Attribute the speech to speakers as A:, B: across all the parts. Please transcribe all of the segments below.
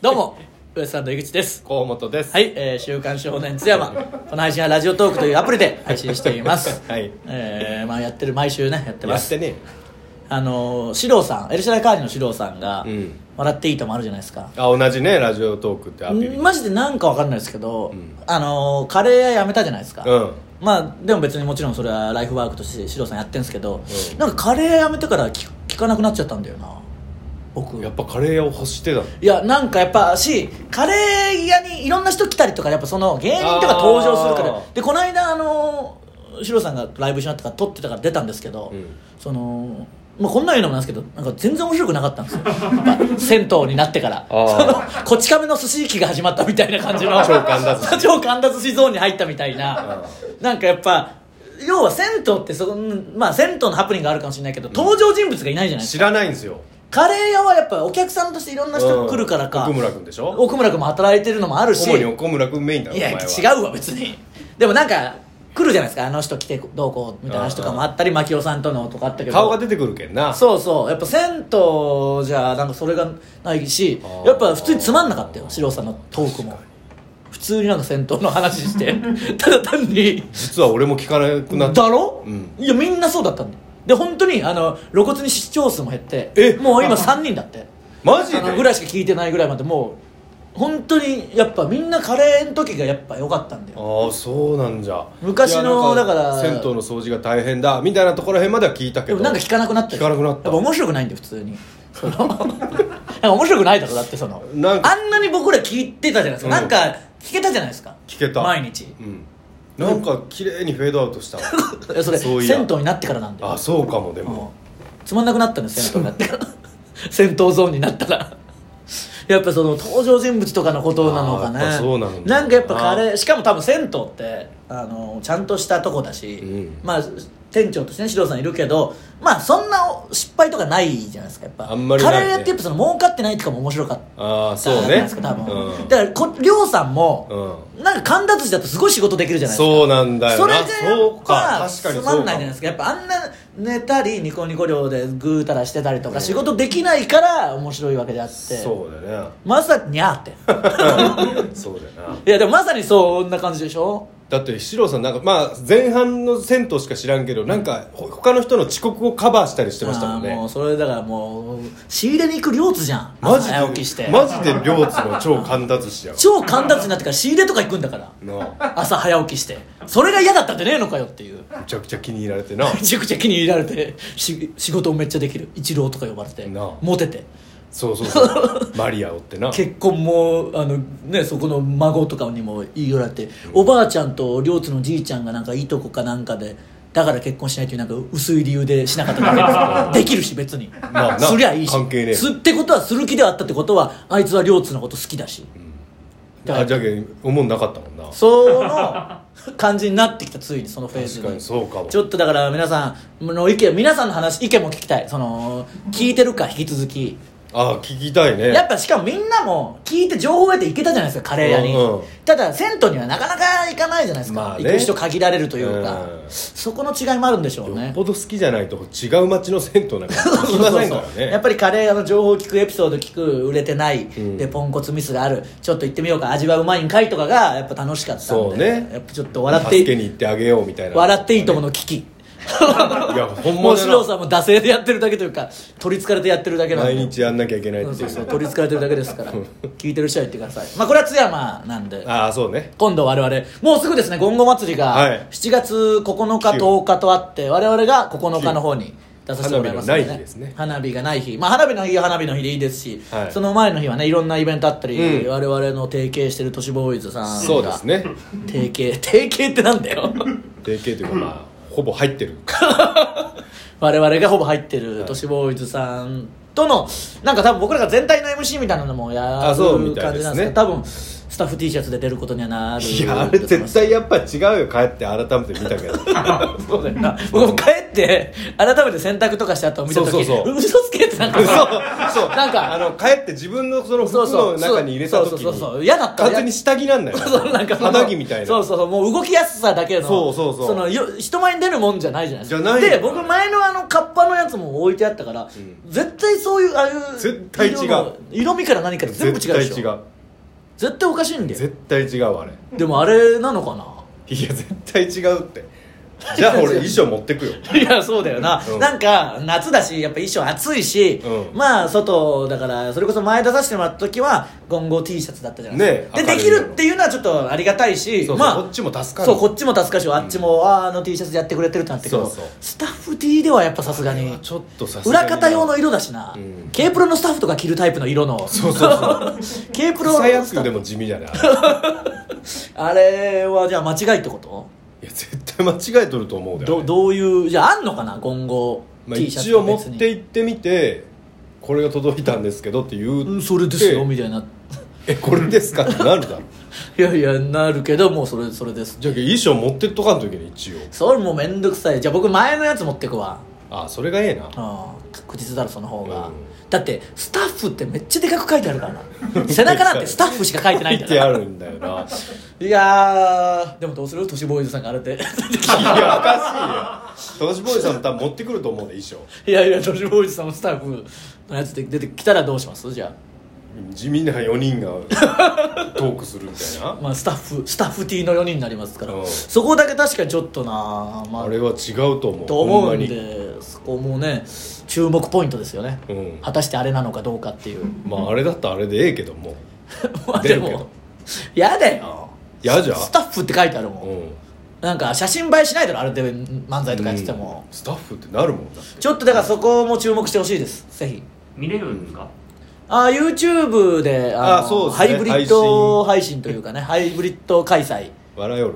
A: どうも、ウエストランド井口です。
B: 河本です
A: はい、えー、週刊少年津山。この配信はラジオトークというアプリで配信しています。
B: はい
A: えー、まあやってる、毎週ね、やって
B: や
A: ま
B: っ
A: す
B: て。ね
A: あのー、シロさん、エルシャラカーニのシロさんが、
B: うん
A: 笑っていいともあるじゃないですか。
B: あ同じねラジオトークってアプリ
A: マジでなんかわかんないですけど、
B: ん
A: あのー、カレー屋やめたじゃないですか。
B: うん
A: まあ、でも別にもちろんそれはライフワークとしてシロさんやってんですけど、
B: うん
A: なんかカレー屋やめてから聞聞かなくなっちゃったんだよな、僕。
B: やっぱカレー屋を欲してたの
A: いやなんかやっぱしカレー屋にいろんな人来たりとかやっぱその芸人とか登場するか
B: あ
A: ら
B: ー
A: でこの間あのーシロさんがライブしなったから撮ってたから出たんですけど、
B: うん
A: そのまあこんなん言うのもなんですけどなんか全然面白くなかったんですよやっぱ銭湯になってから
B: あ
A: そのこち亀の寿司行きが始まったみたいな感じの
B: 超神田寿司
A: 超神田寿司ゾーンに入ったみたいななんかやっぱ要は銭湯ってそんまあ銭湯のハプニングがあるかもしれないけど登場人物がいないじゃないですか
B: 知らないんですよ
A: カレー屋はやっぱお客さんとしていろんな人が来るからか、
B: うん奥村君でしょ
A: 奥村君も働いてるのもあるし
B: 主に奥村君メインだろ
A: いや
B: お前は
A: 違うわ別にでもなんか来るじゃないですかあの人来てどうこうみたいな話とかもあったり牧雄さんとのとかあったけど
B: 顔が出てくるけんな
A: そうそうやっぱ銭湯じゃなんかそれがないし
B: あー
A: やっぱ普通につまんなかったよ四郎さんのトークも普通になんか銭湯の話して ただ単に
B: 実は俺も聞かなくなった
A: だろ、
B: うん
A: いやみんなそうだったんだよで本当にあの露骨に視聴数も減って
B: え
A: もう今3人だって
B: マジで
A: あのぐらいしか聞いてないぐらいまでもう本当にやっぱみんなカレーの時がやっぱ良かったんだよ
B: ああそうなんじゃ
A: 昔の
B: いやな
A: だ
B: ん
A: から
B: 銭湯の掃除が大変だみたいなところへんまでは聞いたけ
A: で
B: ど
A: もなんか聞かなくなったよ
B: 聞かなくなった
A: やっぱ面白くないんだよ普通にその なんか面白くないだろだってその
B: なんか
A: あんなに僕ら聞いてたじゃないですか、
B: うん
A: なんか聞けたじゃないですか
B: 聞けた
A: 毎日
B: うんなんか綺麗にフェードアウトしたわ
A: いやそれ
B: そういや
A: 銭湯になってからなんだよ
B: あそうかもでも
A: つまんなくなったのよ戦闘になってから 戦闘ゾーンになったらやっぱその登場人物とかのことなのか
B: あーやっ
A: ね
B: ぱそうなのね
A: んかやっぱカレーしかも多分銭湯ってあのちゃんとしたとこだし、
B: うん
A: まあ店長としてね獅童さんいるけどまあそんな失敗とかないじゃないですかやっぱ
B: あんまりないね
A: カレー屋ってやっぱその儲かってないとかも面白かった
B: ああ
A: じゃ
B: そう
A: ないで
B: ね
A: すか多分、
B: うん
A: だからこりょうさんも、なんか神田寿司だとすごい仕事できるじゃないですか
B: そうなんだよ
A: それ
B: な
A: がや
B: そう
A: っ
B: か
A: ぱ
B: 確かに
A: つ
B: そ
A: ま
B: う
A: ん
B: か
A: ないじゃないですかやっぱあんな寝たりニコニコ量でぐうたらしてたりとか仕事できないから面白いわけであって
B: そうだよね
A: まさにゃーって
B: そうだよない
A: やでもまさにそんな感じでしょ
B: だって四郎さんなんかまあ前半の銭湯しか知らんけどなんかほ他の人の遅刻をカバーしたりしてましたもん
A: あーも
B: ね
A: うそれだからもう仕入れに行く両津じゃん
B: マジ
A: 朝早起きして
B: でマジで両津の超神田寿 司や
A: 超神田寿司になってから仕入れとか行くんだから
B: なあ
A: 朝早起きしてそれが嫌だったんじゃねえのかよっていう
B: めちゃくちゃ気に入られてな
A: めちゃくちゃ気に入られてし仕事もめっちゃできる一郎とか呼ばれて
B: なあ
A: モテて
B: そうそう そうマリアをってな
A: 結婚もあの、ね、そこの孫とかにも言い寄られて、おばあちゃんと両津のじいちゃんがなんかいとこかなんかでだから結婚しないというなんか薄い理由でしなかっただ けですできるし別に、
B: まあな
A: すりゃいいし
B: 関係ねえ
A: すってことはする気ではあったってことはあいつは両津のこと好きだし、だから
B: あじゃけ思んなかったもんな
A: その感じになってきたついにそのフェーズ
B: 確かにそうかも
A: ちょっとだから皆さんの意見皆さんの話意見も聞きたいその聞いてるか引き続き
B: ああ聞きたいね
A: やっぱしかもみんなも聞いて情報を得て行けたじゃないですかカレー屋に、
B: うんうん
A: ただ銭湯にはなかなか行かないじゃないですか、
B: まあね
A: 行く人限られるというか、
B: うん
A: そこの違いもあるんでしょう
B: よっ
A: ね
B: ぽど好きじゃないと違う街の銭湯なんか行きま せんからね
A: やっぱりカレー屋の情報を聞くエピソード聞く売れてない、
B: ん
A: でポンコツミスがあるちょっと行ってみようか味はうまいんかいとかがやっぱ楽しかったんで
B: そうね
A: やっぱちょっと笑って
B: 助けに行ってあげようみたいな
A: 笑っていいともの危機
B: いやほんま
A: もう
B: だ
A: 四
B: な
A: 郎さんも惰性でやってるだけというか取りつかれてやってるだけなんで
B: 毎日やんなきゃいけないって
A: そう
B: い
A: そうそう
B: う
A: 取りつかれてるだけですから聞いてる人は言ってくださいまあこれは津山なんで
B: ああそうね
A: 今度我々もうすぐですねゴンゴ祭り
B: は
A: が
B: い
A: 7月9日10日とあって我々が9日の方に出させてもらいますの
B: 花火のない日ですね
A: 花火がない日まあ花火の日は花火の日でいいですし、
B: はい
A: その前の日はねいろんなイベントあったり、
B: うん
A: 我々の提携してる都市ボーイズさんが
B: そうですね
A: 提携 提携ってなんだよ
B: 提携というかまあほぼ入ってる
A: 我々がほぼ入ってる都市ボーイズさんとのなんか多分僕らが全体の MC みたいなのもや
B: あそう
A: る
B: みた
A: 感
B: いで
A: じ
B: す
A: な
B: ね
A: んですけど多分スタッフ T シャツで出ることにはなる
B: いやあれ絶対やっぱ違うよ帰って改めて見たけど
A: そうだよな僕も帰って改めて洗濯とかした後見た時
B: そうそうそう
A: 嘘つけってなんか
B: そうそう
A: なんか
B: あの帰って自分のその服の中に入れた時
A: そうそうそうそう
B: に
A: 嫌だった
B: 完全に下着なんだよ
A: そうなんかその
B: 肌着みたいな
A: そうそうそうもう動きやすさだけの
B: そうそうそう
A: のよ人前に出るもんじゃないじゃないですか
B: じゃないよ
A: で僕前のあのカッパのやつも置いてあったから、絶対そういうああいう
B: 絶対違う
A: 色の色味から何から全部違
B: 絶
A: うで
B: 対
A: しょ
B: 違う
A: 絶対おかしいんだよ
B: 絶対違うあれ
A: でもあれなのかない
B: や絶対違うって じゃあ俺衣装持ってくよ
A: いやそうだよな、
B: うん
A: なんか夏だしやっぱ衣装暑いし、
B: うん
A: まあ外だからそれこそ前出させてもらった時は今後 T シャツだったじゃないですか、
B: ねえ
A: で
B: 明
A: で
B: るい
A: きるっていうのはちょっとありがたいし
B: そうそう
A: まあ
B: こっちも助かる
A: そうこっちも助かるしあっちも、あーあの T シャツやってくれてるってなってるけど
B: そうそう
A: スタッフ T ではやっぱさすがに
B: ちょっとさすが
A: 裏
B: に
A: 方用の色だしな、
B: う
A: K
B: ん
A: K プロのスタッフとか着るタイプの色の
B: そうそうそう
A: K プロ
B: 草
A: の
B: 野
A: スタ
B: 球
A: ッ
B: で
A: フ
B: も地味じゃないい
A: あれはじゃあ間違いってこと
B: や絶対間違えとると思うだよ、
A: ど
B: ね
A: どういうじゃああんのかな今後、
B: まあ、
A: T シャツ
B: 一
A: と
B: 応
A: 別に
B: 持って行ってみてこれが届いたんですけどって言うて、
A: うんそれですよみたいな
B: えこれですかってなるだ ろ
A: いやいやなるけどもうそれそれです
B: じゃあ衣装持ってっとかんときに一応
A: それもうめんどくさいじゃあ僕前のやつ持ってくわ
B: あそれがええな
A: うん確実だろその方が、
B: うん
A: だってスタッフってめっちゃでかく書いてあるからな背中なんてスタッフしか書いてないん
B: っ
A: だか
B: て
A: ら
B: あるんだよな いや
A: いやーでもどうする都市ボーイズさんがあれで
B: おかしいよトシボーイさん多分持ってくると思うんだ衣装
A: いやいや都市ボーイズさんのスタッフのやつで出てきたらどうしますじゃ
B: 地味な4人がトークするみたい
A: あ、
B: な
A: まあ、スタッフスタッフ T の4人になりますから、
B: うん
A: そこだけ確かにちょっとなまあ
B: あれは違うと思う
A: と思うん
B: ほん
A: でそこもね注目ポイントですよね、
B: うん
A: 果たしてあれなのかどうかっていう
B: まにまああれだったらあれでええけども
A: まあ
B: 出
A: で
B: るけど
A: もやだよ
B: やじゃ
A: スタッフって書いてあるも、
B: うんん
A: なんか写真映えしないだろあれで漫才とかやってても、
B: うんスタッフってなるもんだって
A: ちょっとだからそこも注目してほしいですぜひ
C: 見れるんですか、
A: あー YouTube であの
B: あそうです
A: ハ
B: ね
A: イブリッド配信というかねハイブリッド開催
B: 笑いよる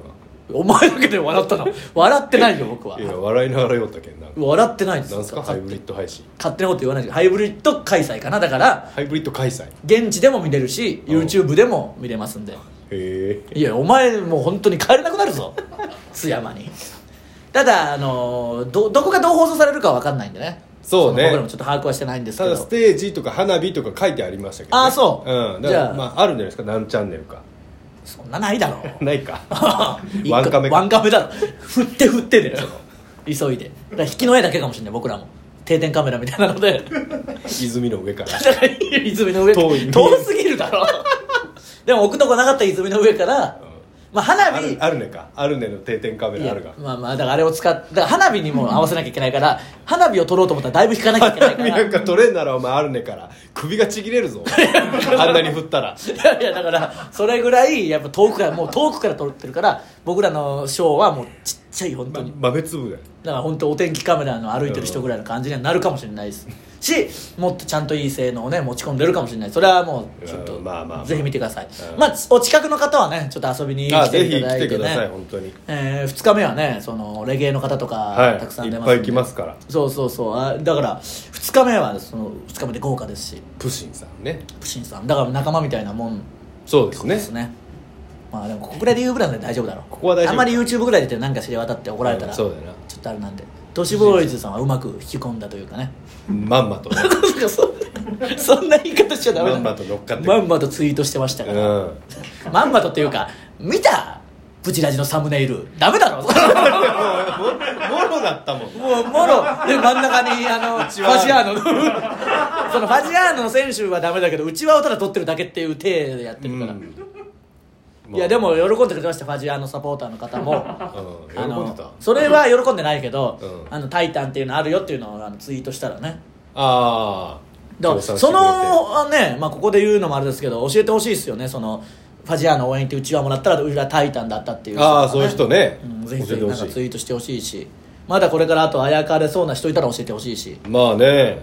A: お前だけで笑ったな笑ってないよ僕は
B: ないや笑いながらよったけんな
A: 笑ってないです
B: なんすかハイ
A: 勝
B: ブリッド配信
A: 勝手なこと言わないでハイブリッド開催かなだから
B: ハイブリッド開催へ
A: 現地でも見れるし
B: うん
A: YouTube でも見れますんで
B: え
A: いやお前もう本当に帰れなくなる ぞ津山にただあのーどどこがどう放送されるかわかんないんでね
B: そうね
A: の僕らもちょっと把握はしてないんですけ
B: ただ
A: ど
B: ステージとか花火とか書いてありましたけど、ね、
A: あそう
B: うん、だから
A: じゃあ
B: まああるんじゃないですか何チャンネルか
A: そんなないだろう
B: ない か
A: 一個
B: ワンカメか
A: ワンカメだろ振って振ってで急いでだから引きの絵だけかもしれない僕らも定点カメラみたいなので
B: 泉の上から
A: だから泉の上
B: 遠い
A: すぎるだろでも置くとこなかった泉の上から、まあ 花
B: あ
A: 火
B: るあるねかあるねの定点カメ
A: い
B: ラあ
A: や
B: るが
A: まあまあだからあれを使ってだから花火にも合わせなきゃいけないから花火を撮ろうと思ったらだいぶ引かなきゃいけないか
B: 花火
A: ら
B: なん
A: い
B: か取れんならお前あるねから首がちぎれ るぞあんなに振ったら
A: やいやだからそれぐらいやっぱ遠くからもう遠くから撮ってるから僕らのショーはもうちっちゃい本当
B: ま
A: に、
B: 豆粒だよ
A: だから本当お天気カメラの歩いてる人ぐらいの感じにはなるかもしれないですしもっとちゃんといい性能をね持ち込んでるかもしれないそれはもうちょっと、
B: うんまあまあまあ
A: ぜひ見てください、
B: うん
A: まあお近くの方はねちょっと遊びに
B: あ
A: 来
B: ぜ
A: て
B: ひ
A: いただ
B: 来
A: い
B: て
A: て
B: ください
A: ね
B: 本当に
A: え2日目はねそのレゲエの方と
B: は
A: か
B: い
A: たくさん
B: い
A: 出
B: っ
A: ますん
B: ぱ
A: で
B: い来ますから
A: そうそうそうあだから2日目はその2日目で豪華ですし
B: プシンさんね
A: プシンさんだから仲間みたいなもん
B: そうですね
A: ですねまあでもここぐらいで言うぐらいなんで大丈夫だろう
B: ここは大丈夫
A: あんまり YouTube ぐらいでなんか知れ渡って怒られた
B: う
A: ら
B: んそうだよな
A: ちょっとあれなんで都市ボーイズさんはうまく引き込んだというかね
B: まんまとね
A: なんかそんなそんな言い方しちゃダメだ
B: まんまと乗っかってくる
A: まんまとツイートしてました
B: う
A: から、
B: ん
A: まんまとっていうか見たプチラジのサムネイルダメだろ
B: もうもろだったもん
A: もうもろで真ん中にあの
B: う
A: フ
B: ちわ
A: ァジアーノの そのファジアーノの選手はダメだけどうちわをただ取ってるだけっていう体でやってるから、
B: うん
A: いやでも喜んでくれましたファジアーノサポーターの方 も
B: うん
A: あ
B: 喜んでた
A: のそれは喜んでないけど「
B: うん
A: あのタイタン」っていうのあるよっていうのをあのツイートしたらね
B: ああ
A: だからそのあね、まあ、ここで言うのもあれですけど教えてほしいですよねそのファジアーノ応援ってうちわもらったら裏タイタンだったっていう人とかね
B: ああそういう人ね
A: うん、ぜひ
B: 教
A: ぜひ
B: えて
A: な
B: ほ
A: んかツ
B: し
A: イ
B: い
A: ートしてほしいしまだこれからあとあやかれそうな人いたら教えてほしいし
B: まあね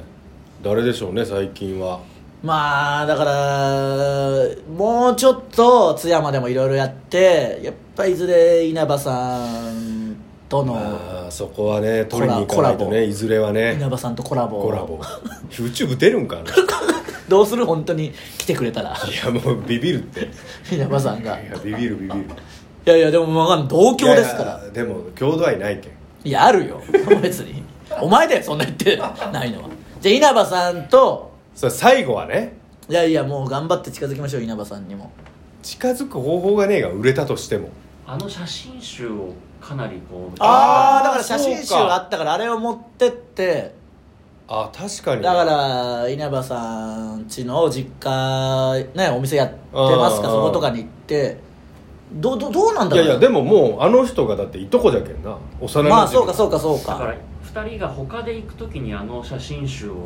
B: 誰でしょうね最近は
A: まあだからもうちょっと津山でもいろいろやってやっぱいずれ稲葉さんとの
B: あーそこはね取りに行かないと
A: コラボ
B: ねいずれはね
A: 稲葉さんとコラボ
B: コラボ YouTube 出るんかな
A: どうする本当に来てくれた ら
B: いやもうビビるってい
A: 山さんがい
B: やビビるビビる
A: やいやでもまあ同郷ですからい
B: い
A: や
B: やいやでも郷土愛ないけん
A: あるよ 別にお前だよそんな言ってないのはじゃあ稲葉さんと
B: それ最後はね
A: いやいやもう頑張って近づきましょう稲葉さんにも
B: 近づく方法がねえが売れたとしても
C: あの写真集をかなりこう
A: ああーだから
B: そ
A: 写
B: うか
A: 真集あったからあれを持ってって
B: あ確かに
A: だから稲葉さん家の実家ねお店やってますか
B: うん
A: そことかに行ってどどどうなんだ
B: い
A: ろ
B: や
A: う
B: いやでももうあの人がだっていとこじゃけんな幼馴染
A: まあそうかそうかそう
C: だから
A: か
C: 2人が他で行く時にあの写真集をこ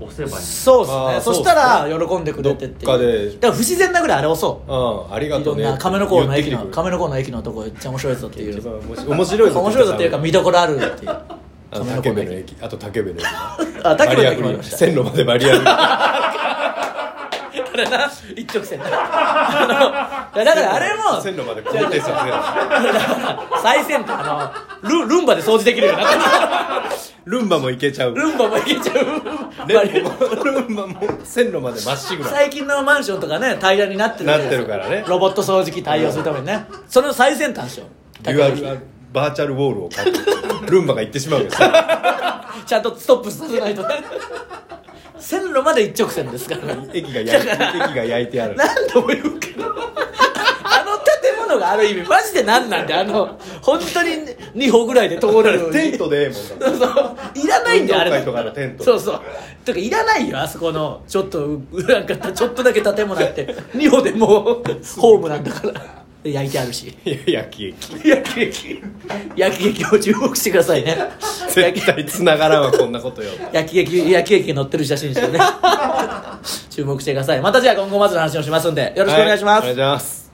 C: う押せばいい
A: そうっす
B: あ
A: ね
B: ー
A: そしたら喜んでくれてっていう
B: どっかで
A: だから不自然なぐらいあれ押そ
B: うんあり
A: う
B: が
A: い
B: と
A: ろ
B: うんね
A: な亀の甲の駅
B: 言
A: の
B: ってきてくれ
A: 亀の甲の駅のとこめっちゃ面白いぞっていう
B: 一番
A: 面
B: 面白い面白いぞ
A: 白いぞっていうか見どころあるっていう
B: あの
A: 亀の
B: 竹
A: 甲
B: 部
A: の
B: の
A: 駅
B: 駅あと竹部の駅
A: あ竹部の駅もあり
B: バリアフリー
A: ました
B: 線路までバリアフリー
A: あれな 一直 線な あのだからあれも
B: 線路まで高低差ね
A: 最先端あのルルンバで掃除できるようにな った
B: ルンバも行けちゃう
A: ルンバもいけちゃう
B: ルンバもルンバも線路までまっしぐら
A: 最近のマンションとかね平らになってるじゃいです
B: なってるからね
A: ロボット掃除機対応するためにねそれの最先端でしょ
B: デュアルバーチャルウォールを買ってルンバが行ってしまうよ
A: ちゃんとストップさせないとね線路まで一直線ですからね
B: 駅が焼 いて駅が焼いてある
A: 何度も言うけどあの建物がある意味マジで何なんであの本当に2歩ぐらいで通れる
B: テントでええもんだも
A: そ
B: ん
A: うそういらないんだよあれ
B: 運動会とかのテント
A: そうそうとかいらないよあそこのちょっとなんかちょっとだけ建物あって2歩でもうホームなんだからで焼いてあるし
B: いや焼き駅
A: 焼き劇焼き劇を注目してくださいね焼
B: 絶
A: き
B: 対繋がらんわこんなことよ
A: 焼き劇焼き劇が載ってる写真集ね注目してくださいまたじゃあ今後まずの話をしますんでよろしくお願いします、
B: はお願いします